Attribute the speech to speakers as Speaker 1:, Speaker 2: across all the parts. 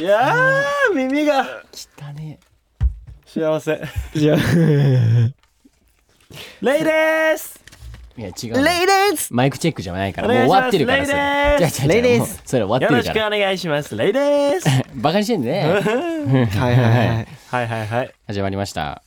Speaker 1: いやー耳が
Speaker 2: 汚ね
Speaker 1: 幸せ
Speaker 3: じゃあ
Speaker 1: レイです
Speaker 2: えいや違うの
Speaker 1: レイです
Speaker 2: マイクチェックじゃないからもう
Speaker 1: お願い
Speaker 2: 終
Speaker 1: します
Speaker 2: わってるからそ
Speaker 1: レ
Speaker 2: れ
Speaker 1: イですレイ
Speaker 2: 違う違う違う
Speaker 1: です
Speaker 2: もうそれ終わ
Speaker 1: よ
Speaker 2: って
Speaker 1: ろ
Speaker 2: る
Speaker 1: し
Speaker 2: か
Speaker 1: くお
Speaker 2: ら
Speaker 1: 願いしますレイです
Speaker 2: バカにしてんね
Speaker 3: はいはいはい
Speaker 1: はいはいはい
Speaker 2: 始まりました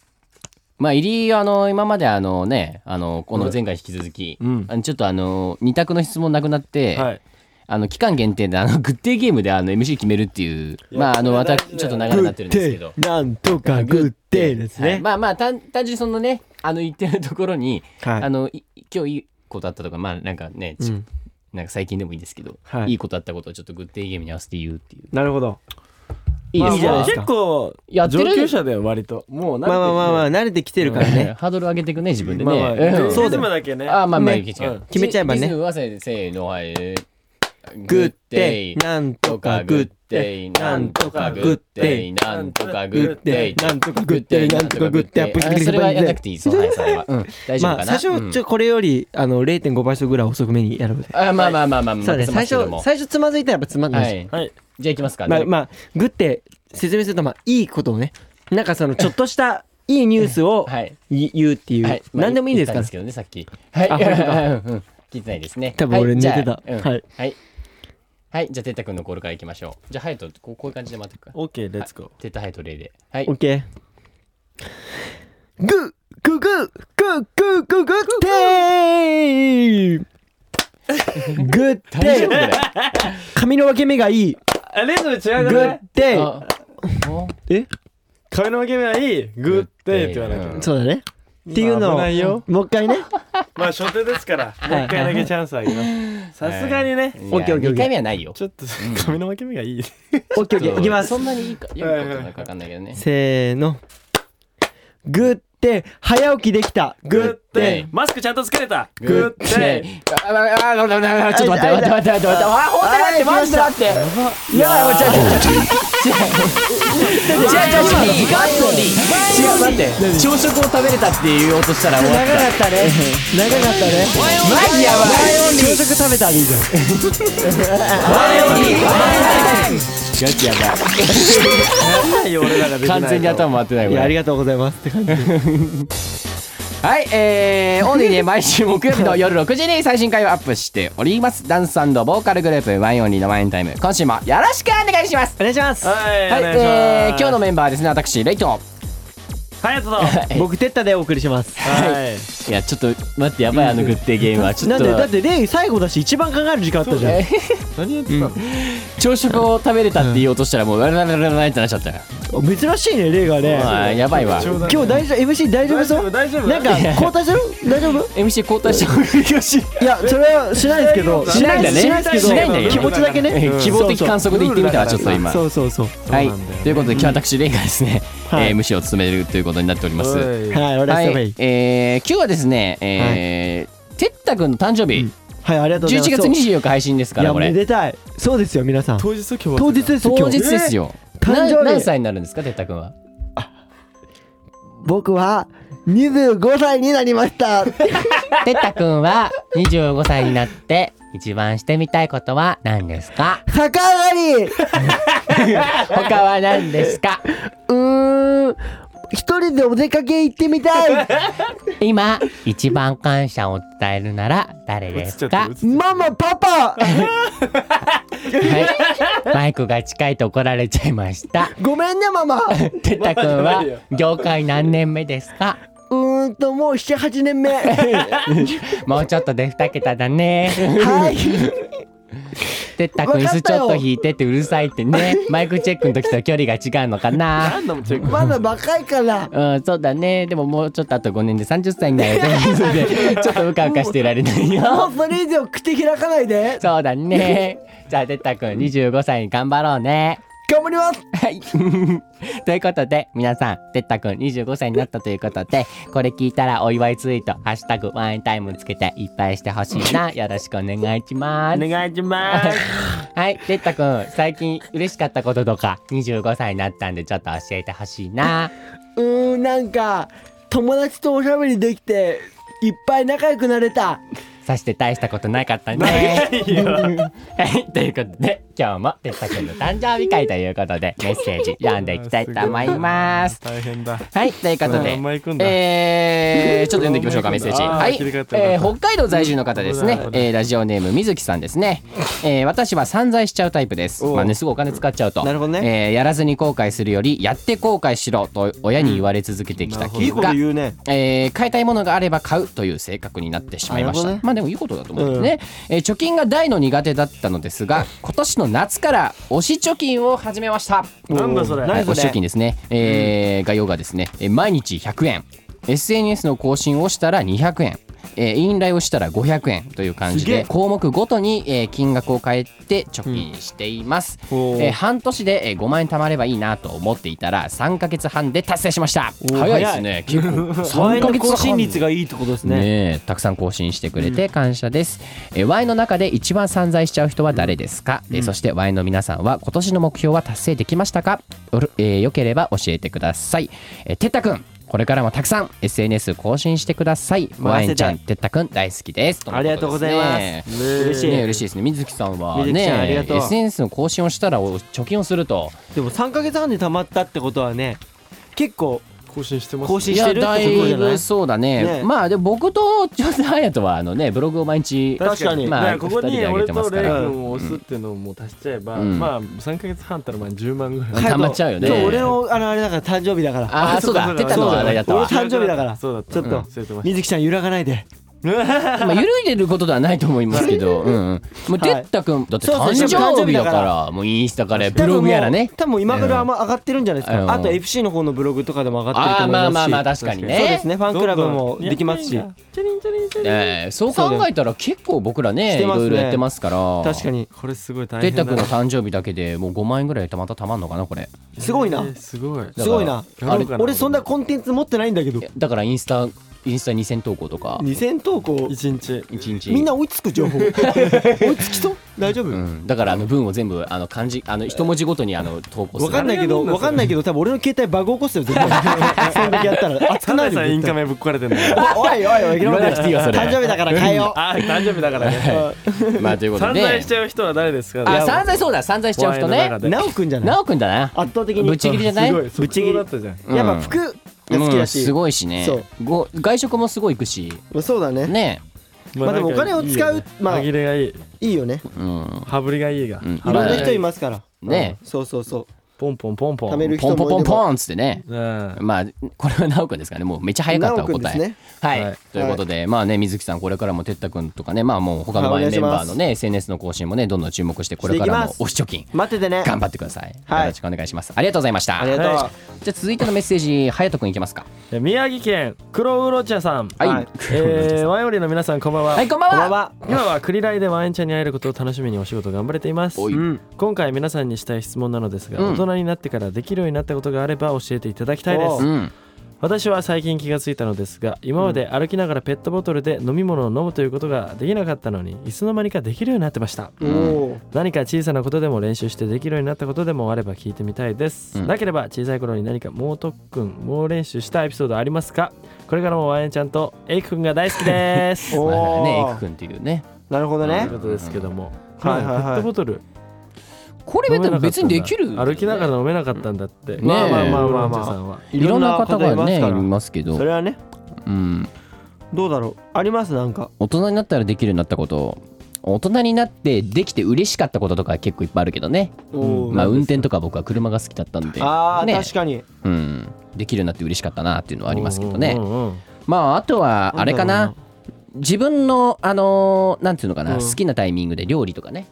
Speaker 2: まあ入りあの今まであのねあのこの前回引き続き、
Speaker 1: うん
Speaker 2: あのちょっとあの二択の質問なくなって、
Speaker 1: はい
Speaker 2: あの期間限定であのグッデイゲームであの MC 決めるっていう
Speaker 1: や
Speaker 2: まああの
Speaker 1: これ大
Speaker 2: 私
Speaker 1: 事だよ
Speaker 2: ちょっと
Speaker 1: は
Speaker 2: 長
Speaker 1: い
Speaker 2: く
Speaker 3: グ
Speaker 2: なっ
Speaker 3: ッ
Speaker 2: てるんですけ
Speaker 3: デ
Speaker 2: ど
Speaker 3: イなんとかグッデイです
Speaker 2: はい
Speaker 3: ね
Speaker 2: まあまあ単単純にそのねあの言ってるところに、
Speaker 3: はい
Speaker 2: あのい今日いいことあったとかまあなんかね、ち
Speaker 3: うん
Speaker 2: なんか最近でもいいですけど、
Speaker 1: はい
Speaker 2: い、いことあったことをちょっとグッデイゲームに合わせて言うっていう
Speaker 1: なるほど
Speaker 2: いいです
Speaker 3: じ
Speaker 2: か、
Speaker 3: ゃな
Speaker 1: ま
Speaker 3: い
Speaker 1: あ
Speaker 3: ですか
Speaker 1: 結構
Speaker 2: やってる
Speaker 1: 上級者だよ割ともう
Speaker 3: まあまあまあまあ
Speaker 1: あ
Speaker 3: 慣れてきてるからね
Speaker 2: ハードル上げていくね自分でね、
Speaker 1: まあまあ
Speaker 2: うん
Speaker 1: リズムだけね
Speaker 2: あーまあまあ、
Speaker 3: ね
Speaker 2: いいけちゃう
Speaker 1: うん
Speaker 3: 決めちゃえばね
Speaker 2: リズムはせせーのはい
Speaker 3: グ
Speaker 2: グ
Speaker 3: ッデイなんとかグッデイなんとかグッデイ
Speaker 2: なんとかグッデイ
Speaker 3: なんとかグッデイなんとかグッデイ
Speaker 2: あそれはやらなくていいそのそれは、うん、大丈夫
Speaker 3: ま
Speaker 2: かな
Speaker 3: あ最初ち
Speaker 2: ょ
Speaker 3: ょこれよりあの0.5倍速ぐらい遅くめにやろうぜ
Speaker 2: あまあまあまあまあまあ
Speaker 3: そうね
Speaker 2: まあ
Speaker 3: 最初最初つまずいたらやっぱつまんない
Speaker 2: は
Speaker 3: し
Speaker 2: い
Speaker 1: はい
Speaker 2: じゃあいきますか
Speaker 3: まあまあグッて説明するとまあいいことをねなんかそのちょっとしたいいニュース を
Speaker 2: はい
Speaker 3: い言うってい
Speaker 2: は
Speaker 3: う
Speaker 2: いまあ
Speaker 3: 何でもいいですか
Speaker 2: 言
Speaker 3: ら
Speaker 2: ったけどねさっきはい
Speaker 3: あ本当だ
Speaker 2: うんうん聞いてないですね
Speaker 3: 多分俺
Speaker 2: はいじゃあ
Speaker 3: 寝てた
Speaker 2: うん
Speaker 3: は
Speaker 2: はいいはいじゃあてったくんのコールからいきましょうじゃあハヤトこうこういう感じで待ってくか
Speaker 1: OK レッツゴー
Speaker 2: てったハヤト例ではい
Speaker 3: オッケーグッグッグッグッグッグッグッデイグッ
Speaker 2: 大丈夫
Speaker 3: デイ
Speaker 2: だよ
Speaker 3: 髪の分け目がいい
Speaker 1: あリズム違
Speaker 3: グ
Speaker 1: うか
Speaker 3: ッ
Speaker 1: ね
Speaker 3: デイ
Speaker 2: あもう
Speaker 3: え
Speaker 1: 髪の毛け目はいいグッデイって言わなきゃいけない
Speaker 3: そうだねっていうの
Speaker 1: 危ない
Speaker 3: を
Speaker 1: よ
Speaker 3: もう一回ね
Speaker 1: まあ初手ですから
Speaker 3: い
Speaker 1: もう一回だけチャンスあげますさすがにね
Speaker 2: いや
Speaker 3: オッケーオッケーオッケー
Speaker 2: 二回目はないよ。
Speaker 1: ちょっと髪の分け目がいい
Speaker 3: オッケーオッケーいきます
Speaker 2: そんなにいいか、いいことないかわかんないけどね。
Speaker 3: せーのグッデイ早起きできたグッデイ
Speaker 1: マスクちゃんとつけれた
Speaker 2: グッデイ。あああああああちょっと待って待って待って待って待って。あ、ほんと待ってマジで待って。いやばい、ちょっと待って。違う違う違う違う違う違う待って朝食を食べれたって言おうとしたら終わっ
Speaker 3: 長かったね長かったね
Speaker 2: たマジやばい
Speaker 3: 朝食食べたらいいじゃん
Speaker 2: ガチやばい
Speaker 1: ないよ俺らができない
Speaker 2: 完全に頭回ってないこ
Speaker 3: い
Speaker 2: れ
Speaker 3: やありがとうございますって感じ
Speaker 2: はい、えー、オンリーで毎週木曜日の夜6時に最新回をアップしております。ダンスボーカルグループ、ワインオンリーのワインタイム、今週もよろしくお願いします。
Speaker 3: お願いします
Speaker 1: はい
Speaker 2: はい、
Speaker 1: お願
Speaker 2: えー、
Speaker 1: いします
Speaker 2: 今日のメンバーはですね、私、レイト。
Speaker 1: ハヤトと
Speaker 3: 僕テッタでお送りします
Speaker 1: はい
Speaker 2: いや、ちょっと待って、やばい、あのグッデーゲームは。ちょ
Speaker 3: な
Speaker 2: っ
Speaker 3: んでだっ
Speaker 2: と、
Speaker 3: てレイ最後だし一番考える時間あったじゃん
Speaker 2: え
Speaker 1: 何やってたの
Speaker 2: 朝食を食べれたって言おうとしたら、もう、ラララララってなっちゃったよ。
Speaker 3: 珍しいねレイがね
Speaker 2: あーやばいわ。
Speaker 1: ちょうど
Speaker 3: 今日大丈夫 MC 大丈夫そう
Speaker 1: 大丈夫
Speaker 3: なんか
Speaker 1: 大丈
Speaker 3: 交代する大丈夫
Speaker 2: MC 交代した方がよしい。
Speaker 3: いやそれはしないですけど
Speaker 1: しないんだね
Speaker 3: しないです
Speaker 1: し
Speaker 3: け
Speaker 1: ないんだ
Speaker 3: ど
Speaker 1: よ
Speaker 3: 気持ちだけね
Speaker 1: うん
Speaker 2: 希望的観測で言ってみたわ、ちょっと今。
Speaker 3: そうそうそう
Speaker 2: はい
Speaker 1: そうなんだよね、
Speaker 2: ということで、今日私、レイがですね、え
Speaker 3: はい
Speaker 2: ー MC を務めるということになっております。
Speaker 1: おい
Speaker 3: はいお
Speaker 2: は
Speaker 3: 願いし
Speaker 2: い、えー、今日はですね、えー、てったくんの誕生日、
Speaker 3: はいありがとうござい
Speaker 2: 11
Speaker 3: ます
Speaker 2: 月24日配信です
Speaker 3: い
Speaker 2: から、
Speaker 3: や
Speaker 2: こ
Speaker 3: め
Speaker 2: れ。
Speaker 3: でたいそうですよ皆さん
Speaker 1: 当日と今日
Speaker 3: 当日ですよ
Speaker 2: 当
Speaker 3: 今
Speaker 2: 日
Speaker 3: 日
Speaker 2: ですよ。
Speaker 3: 誕生
Speaker 2: な
Speaker 3: 日
Speaker 2: 何歳になるんですか、てったくんは。
Speaker 3: 僕は25歳になりました
Speaker 2: てったくんは25歳になって、一番してみたいことは何ですか
Speaker 3: 逆上がり
Speaker 2: 他は何ですか
Speaker 3: うーん一人でお出かけ行ってみ たい
Speaker 2: 今、一番感謝を伝えるなら誰
Speaker 1: 映
Speaker 2: で
Speaker 1: っちゃ
Speaker 2: す
Speaker 1: って
Speaker 2: か
Speaker 1: る映っちゃってる
Speaker 3: ママパパ
Speaker 2: はい。マイクが近いと怒られちゃいました。
Speaker 3: ごめんねママ
Speaker 2: てったくんは業界何年目ですか
Speaker 3: うーんともう78年目 は
Speaker 2: もうちょっとで二桁だね。
Speaker 3: い
Speaker 2: てったくん椅子ちょっと引いてってうるさいってね。マイクチェックの時と距離が違うのかな。
Speaker 1: 何度もチェック
Speaker 3: まだ若い から
Speaker 2: うん、そうだね。でももうちょっとあと5年で30歳になるということで、ちょっとうかうかしてられない
Speaker 3: も
Speaker 2: よ。
Speaker 3: うそれ以上口開かないで
Speaker 2: そうだね。 じゃあ、てったくん25歳に頑張ろうね。
Speaker 3: 頑張ります
Speaker 2: はい。 ということで、皆さん、てったくん25歳になったということで、これ聞いたらお祝いツイート、ハッシュタグワインタイムつけていっぱいしてほしいな。よろしくお願いします。
Speaker 1: お願いします
Speaker 2: はい、てったくん、最近嬉しかったこととか、25歳になったんでちょっと教えてほしいな。
Speaker 3: うーんなんか友達とおしゃべりできていっぱい仲良くなれた
Speaker 2: さして大したことなかったね。はい、ということで、今日もてったくんの誕生日会ということで、メッセージ読んでいきたいと思います。
Speaker 1: 大変だ
Speaker 2: はい、ということで
Speaker 1: うんあんま行くん、だ
Speaker 2: えー、ちょっと読んでいきましょうか、メッセージ。
Speaker 1: あー
Speaker 2: はい、
Speaker 1: 切り替えたよ
Speaker 2: えー北海道在住の方ですね
Speaker 1: うん、
Speaker 2: えーラジオネームみずきさんですね。えー私は散財しちゃうタイプです。
Speaker 3: おう
Speaker 2: まあね、すぐお金使っちゃうと。
Speaker 3: なるほどね
Speaker 2: えーやらずに後悔するより、やって後悔しろと親に言われ続けてきた
Speaker 3: いい
Speaker 2: 結
Speaker 3: こと
Speaker 2: 果。
Speaker 3: 言うね
Speaker 2: えー買いたいものがあれば買うという性格になってしまいました、
Speaker 3: なるほどね
Speaker 2: まあでもいいことだと思うんですね、えー貯金が大の苦手だったのですが今年の夏から推し貯金を始めました
Speaker 1: なんだそれ
Speaker 2: は
Speaker 3: 何
Speaker 2: い、
Speaker 3: それ
Speaker 2: お貯金ですね、えー概要がですね、えー毎日100円 SNS の更新をしたら200円えー、インライをしたら500円という感じ
Speaker 3: すげえ
Speaker 2: で項目ごとに、えー金額を変えて貯金しています、
Speaker 1: おー
Speaker 2: えー半年で、えー5万円貯まればいいなと思っていたら3ヶ月半で達成しました
Speaker 3: ー
Speaker 2: 早いですね結構
Speaker 3: 前
Speaker 2: 3ヶ
Speaker 3: の
Speaker 2: 月半
Speaker 3: 更新率がいいってことですね
Speaker 2: ねえたくさん更新してくれて感謝です、えー Y の中で一番散財しちゃう人は誰ですか、えーそして Y の皆さんは今年の目標は達成できましたかおるえーよければ教えてください、えー、てったくんこれからもたくさん SNS 更新してください
Speaker 3: 任せたい
Speaker 2: ワインちゃんてったくん大好きです
Speaker 3: ありがとうございます
Speaker 2: ね
Speaker 3: 嬉しい
Speaker 2: ね嬉しいですね水木さんは
Speaker 3: 水木ちゃんありが
Speaker 2: ね
Speaker 3: とう
Speaker 2: SNS の更新をしたらお貯金をすると
Speaker 3: でも3ヶ月半で貯まったってことはね結構
Speaker 1: 更新してます
Speaker 3: 更新してるって
Speaker 2: だ
Speaker 3: ことじ
Speaker 2: い
Speaker 3: ゃない
Speaker 2: ぶそうだね
Speaker 3: ね
Speaker 2: まあでも僕とちょっと隼人はあのねブログを毎日
Speaker 1: 確かに、
Speaker 2: まあ
Speaker 1: だからここ
Speaker 2: 二人
Speaker 1: に
Speaker 2: で上げ
Speaker 1: 俺
Speaker 2: てま
Speaker 1: と
Speaker 2: すか
Speaker 1: レイ
Speaker 2: ら
Speaker 1: 君を押すっていうのをもう足しちゃえば、
Speaker 2: うん
Speaker 1: まあ3ヶ月半あったらまあ10万ぐらい、
Speaker 2: はい溜まっちゃうよね
Speaker 3: そう俺をあのあれだから誕生日だから
Speaker 2: ああ、そうだ、てたのはあれだったわ
Speaker 3: 俺。誕生日だから
Speaker 1: そうだった
Speaker 3: ちょっと
Speaker 1: 忘れてまし
Speaker 3: 水木ちゃん揺らがないで
Speaker 2: まあ、緩いでることではないと思いますけど、うんうん。もう、てったくん、だって
Speaker 3: そう
Speaker 2: 誕
Speaker 3: そう
Speaker 2: 生日だ
Speaker 3: 誕生日だ
Speaker 2: か、
Speaker 3: から
Speaker 2: もうインスタからブ
Speaker 3: 多分も
Speaker 2: ロ
Speaker 3: う
Speaker 2: グやらね。
Speaker 3: 多分今頃あんま上がってるんじゃないです
Speaker 2: うん
Speaker 3: かあと FC の方のブログとかでも上がって
Speaker 2: あ
Speaker 3: ると
Speaker 2: あ、
Speaker 3: 思いますし
Speaker 2: まあまあまあ、確かに
Speaker 1: え
Speaker 3: そうで
Speaker 2: ね
Speaker 3: す。ねファンクラブもできますし
Speaker 1: チャリンチャリンチャリン
Speaker 2: ええそう考えたら結構僕ら
Speaker 3: し
Speaker 2: ね、い
Speaker 3: てますね
Speaker 2: ろいろやってますから。
Speaker 3: 確か
Speaker 2: に。
Speaker 3: に
Speaker 1: これすごい大
Speaker 2: てっ
Speaker 1: 変だ
Speaker 2: たくんの誕生日だけでもう5万円ぐらいたまたたまんのかな、これ。
Speaker 3: すごいな
Speaker 1: えーすごい
Speaker 2: ら
Speaker 3: すごいな
Speaker 1: やろうかな
Speaker 3: 俺そんなコンテンツ持ってないんだけど
Speaker 2: だからインスタ、インスタ2000投稿とか、
Speaker 3: 2000投稿
Speaker 1: 一日
Speaker 2: 1日。
Speaker 3: みんな追いつく 情報追いつきそう大丈夫
Speaker 2: うん、だからあの文を全部あの漢字あの一文字ごとにあの投稿する
Speaker 3: わかんないけ
Speaker 1: あ
Speaker 3: ど
Speaker 1: れが
Speaker 3: わかんないけど多分俺の携帯バグ起こすよ絶対 そんだけやったら熱く
Speaker 1: サ
Speaker 3: な
Speaker 1: ナ
Speaker 3: る
Speaker 1: さ
Speaker 3: よ
Speaker 1: んイン
Speaker 3: 絶
Speaker 1: カ
Speaker 3: 対
Speaker 1: メぶっ壊れてんだよ
Speaker 3: おいおいおい
Speaker 2: 言わなくていいよそれ
Speaker 3: 誕生日だから変えよ
Speaker 1: あー誕生日だからね
Speaker 2: まあということ
Speaker 1: 散
Speaker 2: で
Speaker 1: 財しちゃう人は誰ですか
Speaker 2: あ散財そうだ散財しちゃう人
Speaker 1: お前の中
Speaker 2: ね
Speaker 1: で
Speaker 3: うなおくんじゃない
Speaker 2: なおくんだな
Speaker 3: 圧倒的に
Speaker 2: ぶっちぎりじゃない
Speaker 1: すごい
Speaker 3: ぶっちぎり
Speaker 1: だったじゃん
Speaker 2: うん
Speaker 3: やっぱ服が好き
Speaker 2: う
Speaker 3: だ
Speaker 2: ん
Speaker 3: し
Speaker 2: すごいしね
Speaker 3: そう
Speaker 2: ご外食もすごい行くし
Speaker 3: まあそうだね
Speaker 2: ね
Speaker 1: ま
Speaker 3: まあでもお金を使うまあ
Speaker 1: 歯切れがいい
Speaker 3: いいよね
Speaker 2: うん
Speaker 1: 羽振りがいいが
Speaker 2: うん
Speaker 3: いろんな人い
Speaker 1: 今
Speaker 3: ますから
Speaker 2: ね
Speaker 3: そうそうそ
Speaker 1: ポンポンポンポ
Speaker 3: う
Speaker 1: ン
Speaker 3: 貯める人
Speaker 2: ポ
Speaker 3: も
Speaker 2: ンポンポン
Speaker 3: ン
Speaker 2: ポンっつってね
Speaker 1: うん
Speaker 2: まあこれは直くんですかねもうめっちゃ早かったお
Speaker 3: 直君で
Speaker 2: 答
Speaker 3: す
Speaker 2: え、
Speaker 3: ね
Speaker 2: はい、
Speaker 1: はい
Speaker 2: ということで、まあね水木さんこれからもてったくんとかねまあもう他のワインメンバーのね SNS の更新もねどんどん注目してこれからも
Speaker 3: してい
Speaker 2: 推
Speaker 3: き
Speaker 2: し貯金
Speaker 3: 待っててね
Speaker 2: 頑張ってください、
Speaker 3: はい
Speaker 2: よろしくお願いしますありがとうございました
Speaker 3: ありがとう
Speaker 1: は
Speaker 2: じゃあ続いてのメッセージ隼人くんいきますか
Speaker 1: え宮城県黒うろ茶さん
Speaker 2: はい、
Speaker 3: はい
Speaker 1: えーワイオリンの皆さんこんばんは
Speaker 2: はいこんばんは
Speaker 3: こんばんは
Speaker 1: 今は栗ライでワインちゃんに会えることを楽しみにお仕事頑張れています
Speaker 2: おい
Speaker 3: うん
Speaker 1: 今回皆さんにしたい質問なのですが、
Speaker 2: うん
Speaker 1: 大人になってからできるようになったことがあれば教えていただきたいで
Speaker 3: お
Speaker 1: す
Speaker 2: うん
Speaker 1: 私は最近気がついたのですが今まで歩きながらペットボトルで飲み物を飲むということができなかったのにいつの間にかできるようになってました
Speaker 3: おお
Speaker 1: 何か小さなことでも練習してできるようになったことでもあれば聞いてみたいです、
Speaker 2: うん
Speaker 1: なければ小さい頃に何か猛特訓猛練習したエピソードありますかこれからもワインちゃんとエイク君が大好きです
Speaker 3: お
Speaker 2: まあね
Speaker 3: お
Speaker 2: エイクくんっていうね
Speaker 3: なるほど
Speaker 1: とい
Speaker 3: ね
Speaker 1: うことですけども、
Speaker 3: はいはいはい
Speaker 1: ペットボトル
Speaker 2: これ別に別にできる
Speaker 1: 歩きなが
Speaker 2: ら
Speaker 1: ら飲めなかったんだって、
Speaker 2: ね
Speaker 1: まあまあまあまあま
Speaker 3: まあ
Speaker 1: あさんはい
Speaker 2: ろんな方
Speaker 3: い
Speaker 2: が
Speaker 3: ます
Speaker 2: ねい
Speaker 3: から
Speaker 2: ますけど
Speaker 3: それはね
Speaker 2: うん、
Speaker 3: どうだろうありますなんか
Speaker 2: 大人になったらできるようになったこと大人になってできて嬉しかったこととか結構いっぱいあるけどね、
Speaker 3: お
Speaker 2: まあ、
Speaker 3: ー
Speaker 2: 運転とか僕は車が好きだったんで
Speaker 3: あー
Speaker 2: ね
Speaker 3: 確かに
Speaker 2: うん、できるようになって嬉しかったなっていうのはありますけどね
Speaker 1: うんうんうん
Speaker 2: まああとはあれか
Speaker 3: なん
Speaker 2: な
Speaker 3: だ
Speaker 2: 自分のあのーなんていうのかな、
Speaker 3: うん
Speaker 2: 好きなタイミングで料理とかね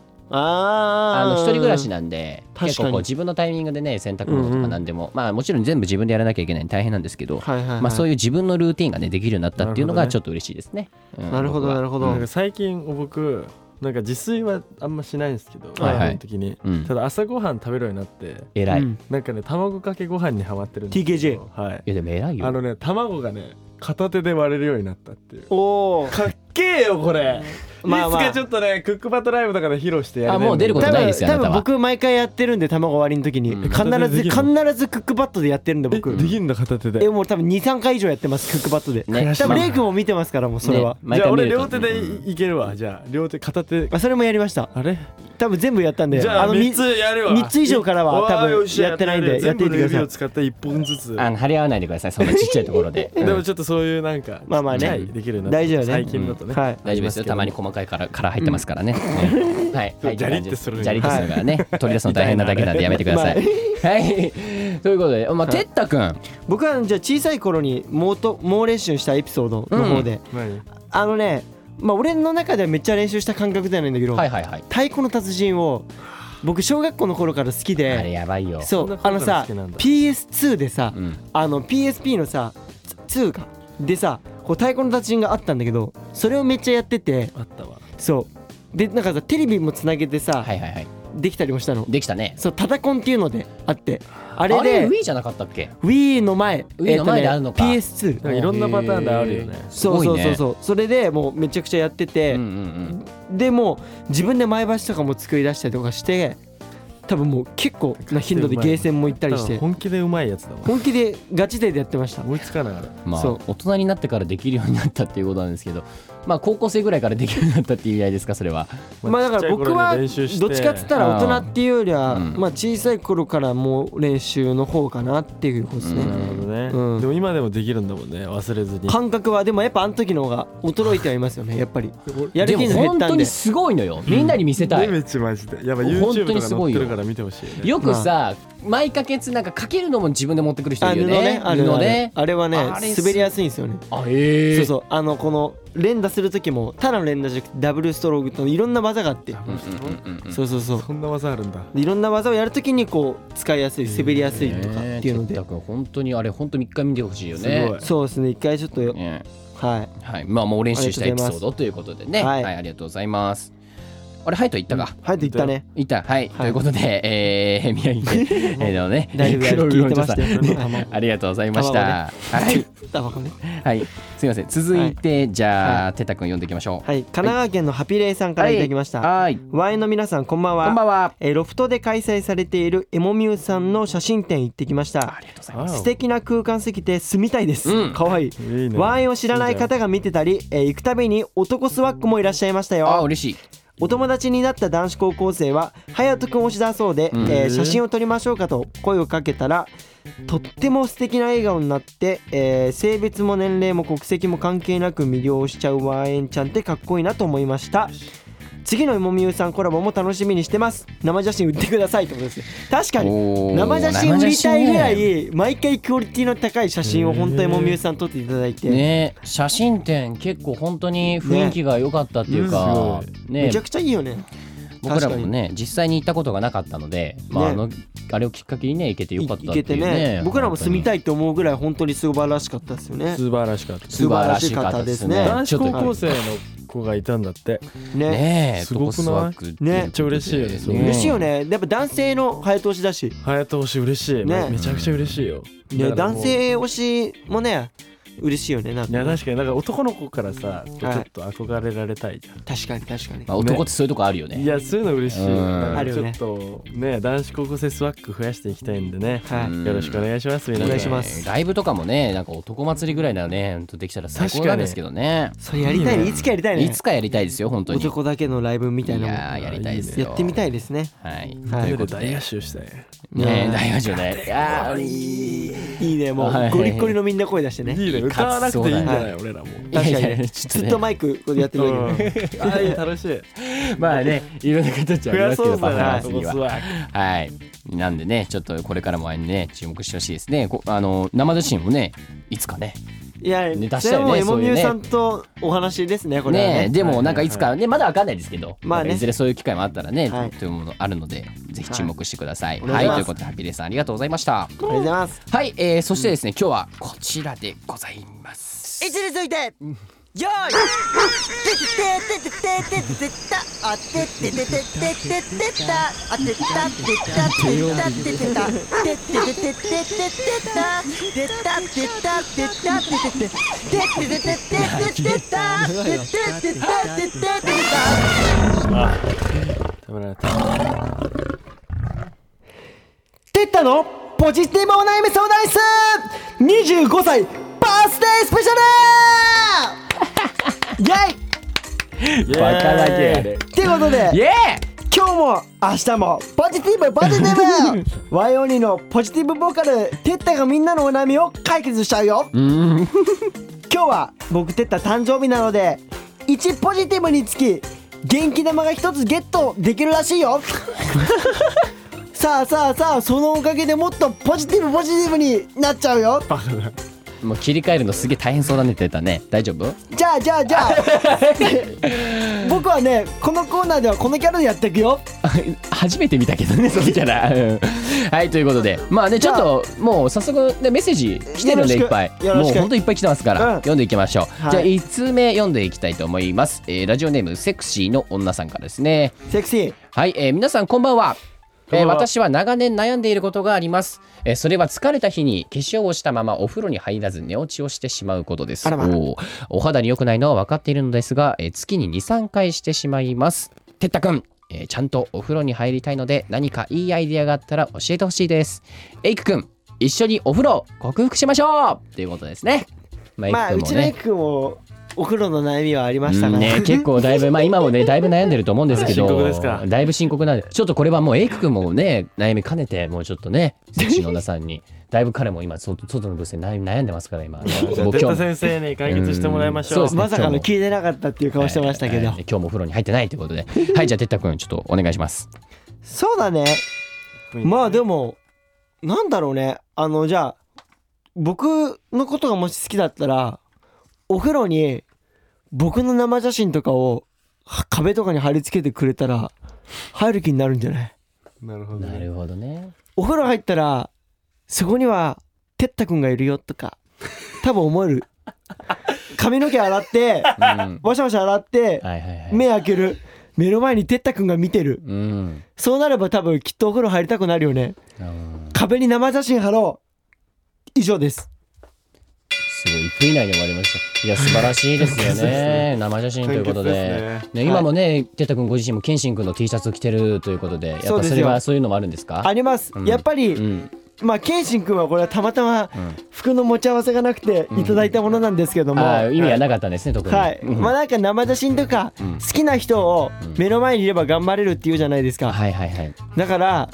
Speaker 2: あ
Speaker 3: あ
Speaker 2: の
Speaker 3: ー
Speaker 2: 一人暮らしなんで
Speaker 3: 確かに
Speaker 2: 結構こう自分のタイミングでね洗濯物とか何でも、まあもちろん全部自分でやらなきゃいけないんで大変なんですけど、
Speaker 3: はいはいはい
Speaker 2: まあ、そういう自分のルーティンがねできるようになったっていうの
Speaker 1: なるほど
Speaker 2: が
Speaker 1: ね
Speaker 2: ちょっと嬉しいですね。うん
Speaker 3: なるほどなるほど
Speaker 1: なんか最近僕なんか自炊はあんましないんですけど、
Speaker 2: はいは
Speaker 1: 基
Speaker 2: い
Speaker 1: 本的に、
Speaker 2: うん
Speaker 1: ただ朝ごはん食べるようになって
Speaker 2: 偉い。
Speaker 3: う
Speaker 2: い
Speaker 3: ん
Speaker 1: なんかね卵かけご飯にハマってるんですけど TKJ はい
Speaker 2: やでも偉いよ。
Speaker 1: あのね卵がね片手で割れるようになったっていう
Speaker 3: おお
Speaker 1: かっけえよこれ まあまあ
Speaker 4: いつかちょっとねクックパッドライブとかで披露してやりたい
Speaker 2: あもう出ること
Speaker 3: 多
Speaker 2: ない
Speaker 3: 分
Speaker 2: ですよあ
Speaker 3: 多
Speaker 2: なた
Speaker 3: 分
Speaker 2: は
Speaker 3: 僕毎回やってるんで卵割りの時に
Speaker 2: ん
Speaker 3: 必ず
Speaker 1: でき
Speaker 3: 必
Speaker 1: るの
Speaker 3: ずクックパッドでやってるんで
Speaker 1: え
Speaker 3: 僕
Speaker 1: できんだ片手で
Speaker 3: えもう多分23回以上やってますクックパッドで
Speaker 2: ね
Speaker 3: 多分レイ君も見てますからもうそれは
Speaker 2: ね毎
Speaker 1: じゃあ
Speaker 2: 回見
Speaker 1: 俺
Speaker 2: ると
Speaker 1: 両手でいいけるわじゃあ両手片手
Speaker 3: あそれもやりました
Speaker 1: あれ
Speaker 3: 多分全部やったんで
Speaker 1: じゃあ
Speaker 3: み
Speaker 1: 3つやるわ
Speaker 3: 三つ以上からは多分
Speaker 1: わあよっしゃ
Speaker 3: やってないんで
Speaker 1: る
Speaker 3: やってみてく
Speaker 1: 全部
Speaker 3: ださい
Speaker 1: の指を使って1本ずつ
Speaker 2: あの張り合わないでくださいそんなちっちゃいとこ ろで
Speaker 1: でもちょっとそういうなんか
Speaker 3: まあまあね
Speaker 1: はいできるようになって
Speaker 3: 大事よね
Speaker 1: 最近だとね、
Speaker 3: はい
Speaker 2: 大丈夫ですよたまに細かいからから入ってますからね、はい
Speaker 1: そうジャリってする
Speaker 2: ジャリってするからね、取り出すの大変なだけなんでやめてくださいはいということでまあ哲太くん
Speaker 3: 僕はじゃあ小さい頃に猛と猛練習したエピソードの方で、
Speaker 1: 何
Speaker 3: あのねまあ俺の中ではめっちゃ練習した感覚ではないんだけど、
Speaker 2: はいはいはい
Speaker 3: 太鼓の達人を僕小学校の頃から好き
Speaker 2: あれ
Speaker 3: で
Speaker 2: やばいよ
Speaker 1: そ
Speaker 3: そ
Speaker 1: んな
Speaker 3: う
Speaker 1: 頃
Speaker 3: あの
Speaker 1: から
Speaker 3: さ
Speaker 1: 好きなんだ
Speaker 3: PS2 でさ、
Speaker 2: うん
Speaker 3: あの PSP のさ2かでさこう太鼓の達人があったんだけどそれをめっちゃやってて
Speaker 1: あったわ
Speaker 3: そうでなんかさテレビもつなげてさ、
Speaker 2: はいはいはい
Speaker 3: できたりもしたの
Speaker 2: できたね
Speaker 3: そうタタコンっていうのであってあ
Speaker 2: あ
Speaker 3: れで
Speaker 2: Wii じゃなかったっけ
Speaker 3: Wii の前
Speaker 2: Wii の前であるのか
Speaker 3: えっとね PS2
Speaker 1: なんかいろんなパターンであるよね
Speaker 2: す
Speaker 3: そう
Speaker 2: ごい
Speaker 3: そう
Speaker 2: ね
Speaker 3: そうそうそれでもうめちゃくちゃやってて、
Speaker 2: うんうん
Speaker 3: でもう自分で前橋とかも作り出したりとかして多分もう結構な頻度でゲーセンも行ったりして
Speaker 1: 本気でうまいやつだわ
Speaker 3: 本気でガチ勢でやってました
Speaker 1: 思いつかないあれ
Speaker 2: うんまあ
Speaker 3: そう
Speaker 2: 大人になってからできるようになったっていうことなんですけどまあ高校生ぐらいからできるようになったっていう意味合いですかそれは
Speaker 3: まあだから僕はどっちかっつったら大人っていうよりは
Speaker 2: うん
Speaker 3: まあ小さい頃からもう練習の方かなっていうことです
Speaker 1: なる
Speaker 3: ね
Speaker 1: ほどね、
Speaker 3: うん
Speaker 1: でも今でもできるんだもんね忘れずに
Speaker 3: 感覚はでもやっぱあの時の方が衰えてはいますよねやっぱりやる
Speaker 2: でも
Speaker 3: 気が減っ
Speaker 2: 本
Speaker 3: た
Speaker 2: 当
Speaker 3: んで
Speaker 2: にすごいのよみんなに見せたい
Speaker 1: レベチマジでやっぱ
Speaker 2: 本
Speaker 1: YouTube
Speaker 2: 当
Speaker 1: と
Speaker 2: に
Speaker 1: か
Speaker 2: すご
Speaker 1: 載
Speaker 2: い
Speaker 1: ってる
Speaker 2: よ
Speaker 1: から見てほしいよね
Speaker 2: よくさ、毎か月なんかかけるのも自分で持ってくる人
Speaker 3: あ
Speaker 2: いる
Speaker 3: 布
Speaker 2: よね
Speaker 3: ね。あれ
Speaker 2: 布
Speaker 3: あれ
Speaker 2: ね。
Speaker 3: あれはね
Speaker 2: あれ
Speaker 3: 滑りやすいんですよね
Speaker 2: あええ
Speaker 3: そうそうあのこの連打する時もただの連打じゃなくてダブルストロークといろんな技があって
Speaker 1: あもうそ
Speaker 2: うんうんうんうん
Speaker 3: そうそうそう
Speaker 1: そんな技あるんだ
Speaker 3: いろんな技をやるときにこう使いやすい滑りやすいとかっていうの
Speaker 2: ねえ哲
Speaker 3: で
Speaker 2: 太君本当にあれ本当に一回見てほしいよね。
Speaker 1: すごい
Speaker 3: そうですね一回ちょっとよ
Speaker 2: ね
Speaker 3: はい
Speaker 2: えはい、まあもう練習したエピソードということでね。は、
Speaker 3: はいい
Speaker 2: ありがとうございます。あれハイト行ったか。
Speaker 3: はいと言ったね
Speaker 2: 行ったはい、ということで、えー、宮城県 えーのね
Speaker 3: 大丈夫大丈夫
Speaker 2: 黒
Speaker 3: 聞いてましたよ
Speaker 2: 魚調査
Speaker 3: あ の
Speaker 2: ありがとうございました、はい
Speaker 3: タバコね
Speaker 2: はいすいません続いて、じゃあ、てたくん読んでいきましょう
Speaker 3: はい神奈川県のハピレイさんからいただきました
Speaker 2: はい
Speaker 3: ワインの皆さんこんばんは
Speaker 2: こんばんは
Speaker 3: えーロフトで開催されているエモミューさんの写真展行ってきました
Speaker 2: ありがとうございます
Speaker 1: あ
Speaker 3: 素敵な空間すぎて住みたいです、
Speaker 2: うん
Speaker 3: かわいい
Speaker 1: いいね
Speaker 3: ワインを知らない方が見てたり、えー行くたびに男スワックもいらっしゃいました
Speaker 2: あ
Speaker 3: よ
Speaker 2: 嬉しい
Speaker 3: お友達になった男子高校生は隼人君推しだそうで、
Speaker 2: うん
Speaker 3: えー写真を撮りましょうかと声をかけたらとっても素敵な笑顔になって、えー性別も年齢も国籍も関係なく魅了しちゃうワインちゃんってかっこいいなと思いました次のもみゆさんコラボも楽しみにしてます生写真売ってくださいってことですね確かに
Speaker 2: おー
Speaker 3: 生写真売りたいぐら
Speaker 2: 生写
Speaker 3: い毎回クオリティの高い写真を本当にもみゆさん撮っていただいて、
Speaker 2: 真ね写真展結構本当に雰囲気が良かったっていうか、ね
Speaker 3: めちゃくちゃいいよね
Speaker 2: 僕ら
Speaker 3: 確か
Speaker 2: も
Speaker 3: に
Speaker 2: ね実際に行ったことがなかったので、まあ、あ
Speaker 3: ね
Speaker 2: のあれをきっかけにね行けてよ
Speaker 3: い
Speaker 2: かった
Speaker 3: い
Speaker 2: っ
Speaker 3: け
Speaker 2: てい
Speaker 3: て
Speaker 2: うね
Speaker 3: ね僕らも住み
Speaker 2: い
Speaker 3: たいと思うぐらい本当に素晴らしかったですよね
Speaker 1: 素晴らしかった
Speaker 2: 素晴らしかったですね
Speaker 3: 素晴
Speaker 1: 男子高校
Speaker 2: ち
Speaker 1: 生の子がいたんだって
Speaker 3: ね
Speaker 2: ょっとねえ
Speaker 1: すごくない
Speaker 2: トコスワックっていうことで
Speaker 3: ねめ
Speaker 1: っちゃ嬉しいよねそれ
Speaker 3: 嬉しいよ
Speaker 2: ね
Speaker 3: ねやっぱ男性の早通しだし、
Speaker 1: 隼人推し嬉しい
Speaker 3: ね
Speaker 1: めちゃくちゃ嬉しいよ
Speaker 3: ね、
Speaker 1: だからも
Speaker 3: 男
Speaker 1: う
Speaker 3: 性推しもね嬉しいよねなん
Speaker 1: い
Speaker 3: か
Speaker 1: や確かになんか男の子からさちょっと憧れられたいじゃん
Speaker 3: 確かに確かに
Speaker 2: まあ、男ってそういうとこあるよね
Speaker 1: いやそういうの嬉しいよ
Speaker 2: うん
Speaker 1: なん
Speaker 3: あ
Speaker 1: か
Speaker 3: る
Speaker 1: ち
Speaker 3: よ
Speaker 1: ょ
Speaker 3: ね
Speaker 1: っとね男子高校生スワック増やしていきたいんでね
Speaker 3: はい、
Speaker 2: うん
Speaker 1: よろしくお願いします皆さん
Speaker 3: お願いします
Speaker 2: ライブとかもねなんか男祭りぐらいならねほんとできたら最高なんですけどね
Speaker 3: それやりたいねいつかやりたいね
Speaker 2: いつかやりたいですよ本当に
Speaker 3: 男だけのライブみたい
Speaker 2: い
Speaker 3: なのも
Speaker 2: やーやりたいですよ
Speaker 3: やってみたいですね
Speaker 2: はい
Speaker 3: はい
Speaker 1: ということで大合唱したい
Speaker 2: ね
Speaker 3: うん
Speaker 2: え大丈夫ねいやーいい
Speaker 3: いいねも
Speaker 2: はいう
Speaker 3: ゴリッゴリのみんな声出してね
Speaker 1: いいね歌わなくていいんじゃない俺らも
Speaker 3: 確かに
Speaker 2: いやいやちょっとね
Speaker 3: ずっとマイクこうやってるだけで
Speaker 1: あいい楽しい
Speaker 2: まあね、いろんな形
Speaker 1: 増
Speaker 2: ありま
Speaker 1: や
Speaker 2: す
Speaker 1: そ
Speaker 2: けど、
Speaker 1: うだ
Speaker 2: パ
Speaker 1: な
Speaker 2: フ
Speaker 1: そ
Speaker 2: ォーマン
Speaker 1: こ
Speaker 2: ス
Speaker 1: ス
Speaker 2: には。
Speaker 1: ワッ
Speaker 2: はい。なんでね、ちょっとこれからもね、注目してほしいですね。こあの生写真もね、いつかね。
Speaker 3: いや、
Speaker 2: ね
Speaker 3: それはもう
Speaker 2: 出
Speaker 3: エ
Speaker 2: した
Speaker 3: モ
Speaker 2: いね
Speaker 3: ミ
Speaker 2: そ
Speaker 3: ューさ
Speaker 2: ういうん
Speaker 3: とお話ですね、これは
Speaker 2: ね
Speaker 3: ね。
Speaker 2: でもなんかいつかね、まだわかんないですけど、
Speaker 3: まあ
Speaker 2: なん
Speaker 3: ね
Speaker 2: かいずれそういう機会もあったらね、
Speaker 3: はい
Speaker 2: というものあるので、ぜひ注目してください。
Speaker 3: はい
Speaker 2: はい、
Speaker 3: お
Speaker 2: と
Speaker 3: 願い
Speaker 2: いう
Speaker 3: します
Speaker 2: ことで、ハッピーレイさんありがとうございました。
Speaker 3: ありがとうございます。
Speaker 2: はい、えー、そしてですね、今日はこちらでございます。
Speaker 3: 一について
Speaker 5: よーいててててててててたあてててててててたあてたてたてたててたてててててててたてたてたてたてててててててててたてててててててた
Speaker 1: 食べられた
Speaker 3: テッタのポジティブお悩み相談室25歳バースデースペシャルイェイ
Speaker 2: バカだけやで
Speaker 3: ってことで
Speaker 2: イエ
Speaker 3: 今日も明日もポジティブポジテ ィブワイオニのポジティブボーカルテッタがみんなのお悩みを解決しちゃうよ
Speaker 2: ーうん
Speaker 3: 今日は僕テッタ誕生日なので1ポジティブにつき元気玉が1つゲットできるらしい よさあさあさあそのおかげでもっとポジティブポジティブになっちゃうよ
Speaker 2: もう切り替えるのすげえ大変そうだねって言ったね大丈夫
Speaker 3: じゃあじゃあじゃ あ僕はねこのコーナーではこのキャラでやっていくよ
Speaker 2: 初めて見たけど ね、そのキャラ。うんはい、ということで、まあね、ちょっともう早速、ね、メッセージ来てるんで、い
Speaker 3: よろしく
Speaker 2: っぱい。
Speaker 3: よろ
Speaker 2: も
Speaker 3: し
Speaker 2: う
Speaker 3: く
Speaker 2: 本当いっぱい来てますから、
Speaker 3: うん
Speaker 2: 読んでいきましょう。
Speaker 3: はい
Speaker 2: じゃあ、1通目読んでいきたいと思います。えーラジオネーム、セクシーの女さんからですね。
Speaker 3: セクシー
Speaker 2: はい、えー皆さんこんばんは。え
Speaker 1: こ
Speaker 2: ー
Speaker 1: んばんは
Speaker 2: 私は長年悩んでいることがあります、えーそれは疲れた日に化粧をしたままお風呂に入らず寝落ちをしてしまうことです。
Speaker 3: あらま
Speaker 2: おーお肌に良くないのは分かっているのですが、えー月に2、3回してしまいます。てったくん、えーちゃんとお風呂に入りたいので何かいいアイデアがあったら教えてほしいです。エイクくん、一緒にお風呂克服しましょうということですね。ま
Speaker 3: まあ
Speaker 2: エイ
Speaker 3: う
Speaker 2: ク
Speaker 3: ち
Speaker 2: 君も
Speaker 3: の
Speaker 2: ね
Speaker 3: エク君もお風呂の悩みはありました
Speaker 2: う
Speaker 3: か
Speaker 2: んね
Speaker 3: ら
Speaker 2: 結構だいぶまあ今もねだいぶ悩んでると思うんですけど
Speaker 1: 深刻ですか
Speaker 2: だいぶ深刻なんでちょっとこれはもうエイク君もね悩み兼ねてもうちょっとねセクシーの女さんにだいぶ彼も今外外のブースで悩み悩んでますから今
Speaker 1: じゃあ
Speaker 2: 僕
Speaker 1: データ
Speaker 2: 今日
Speaker 1: 先生に解決してもらいましょう
Speaker 2: うんそうですね
Speaker 3: まさかの聞いてなかったっていう顔してましたけど、
Speaker 2: はいはい今日もお風呂に入ってないということではいじゃあ哲太君ちょっとお願いします
Speaker 3: そうだねまあでもなんだろうねあのじゃあ僕のことがもし好きだったらお風呂に僕の生写真とかをは壁とかに貼り付けてくれたら入る気になるんじゃない
Speaker 1: なるほど
Speaker 2: な
Speaker 1: ね
Speaker 2: るほどね
Speaker 3: お風呂入ったらそこにはてったくんがいるよとか多分思える髪の毛洗って
Speaker 2: うんはい
Speaker 3: わしゃわしゃ洗って
Speaker 2: はいはい
Speaker 3: 目開ける目の前にてったくんが見てる
Speaker 2: うん
Speaker 3: そうなれば多分きっとお風呂入りたくなるよね
Speaker 2: うん
Speaker 3: 壁に生写真貼ろう以上です
Speaker 2: すごい1分以内で終わりましたいや素晴らしいですよね生写真ということで
Speaker 4: 完結です
Speaker 2: ね今もね哲太君ご自身も謙信君の T シャツを着てるということでやっ
Speaker 3: そう
Speaker 2: ぱ
Speaker 3: です
Speaker 2: そ
Speaker 3: よ
Speaker 2: れはそういうのもあるんですか
Speaker 3: あります、
Speaker 2: うん
Speaker 3: やっぱり、
Speaker 2: うん
Speaker 3: まあ謙信君はこれはたまたま服の持ち合わせがなくていただいたものなんですけども、
Speaker 2: あ
Speaker 3: は
Speaker 2: あ
Speaker 3: い
Speaker 2: 意味はなかったんですね、特に。うん
Speaker 3: まあなんか生写真とか
Speaker 2: うん
Speaker 3: 好きな人を目の前にいれば頑張れるっていうじゃないですか
Speaker 2: はいはいはい。
Speaker 3: だから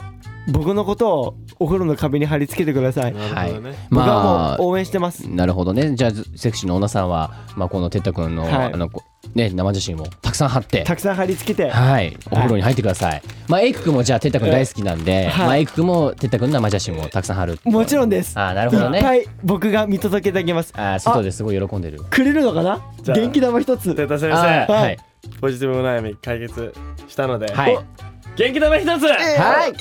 Speaker 3: 僕のことをお風呂の壁に貼り付けてください
Speaker 1: なるほどね
Speaker 3: 僕
Speaker 2: ま
Speaker 3: は
Speaker 2: あ
Speaker 3: もう応援してます、
Speaker 2: なるほどね。じゃあセクシーの女さんはまあこのてったくんの、
Speaker 3: はい
Speaker 2: あのこね生写真をたくさん貼って。
Speaker 3: たくさん貼り付けて
Speaker 2: はい、お風呂に入ってください。まあ、エイク君もじゃあ、てったくん大好きなんで、
Speaker 3: はい
Speaker 2: まあ、エイク君もてったくんの生写真をたくさん貼る。
Speaker 3: もちろんです
Speaker 2: ああ、なる
Speaker 3: い
Speaker 2: ほど
Speaker 3: っ
Speaker 2: ね。
Speaker 3: ぱい僕が見届けてあげます
Speaker 2: ああ、外ですごい喜んでる。
Speaker 3: くれるのかな
Speaker 1: じゃあ
Speaker 3: 元気玉一つ
Speaker 1: データ先
Speaker 2: ああ
Speaker 1: 生
Speaker 2: はい。
Speaker 1: ポジティブお悩み解決したので
Speaker 2: はい。
Speaker 1: 元気玉一つ
Speaker 2: はい。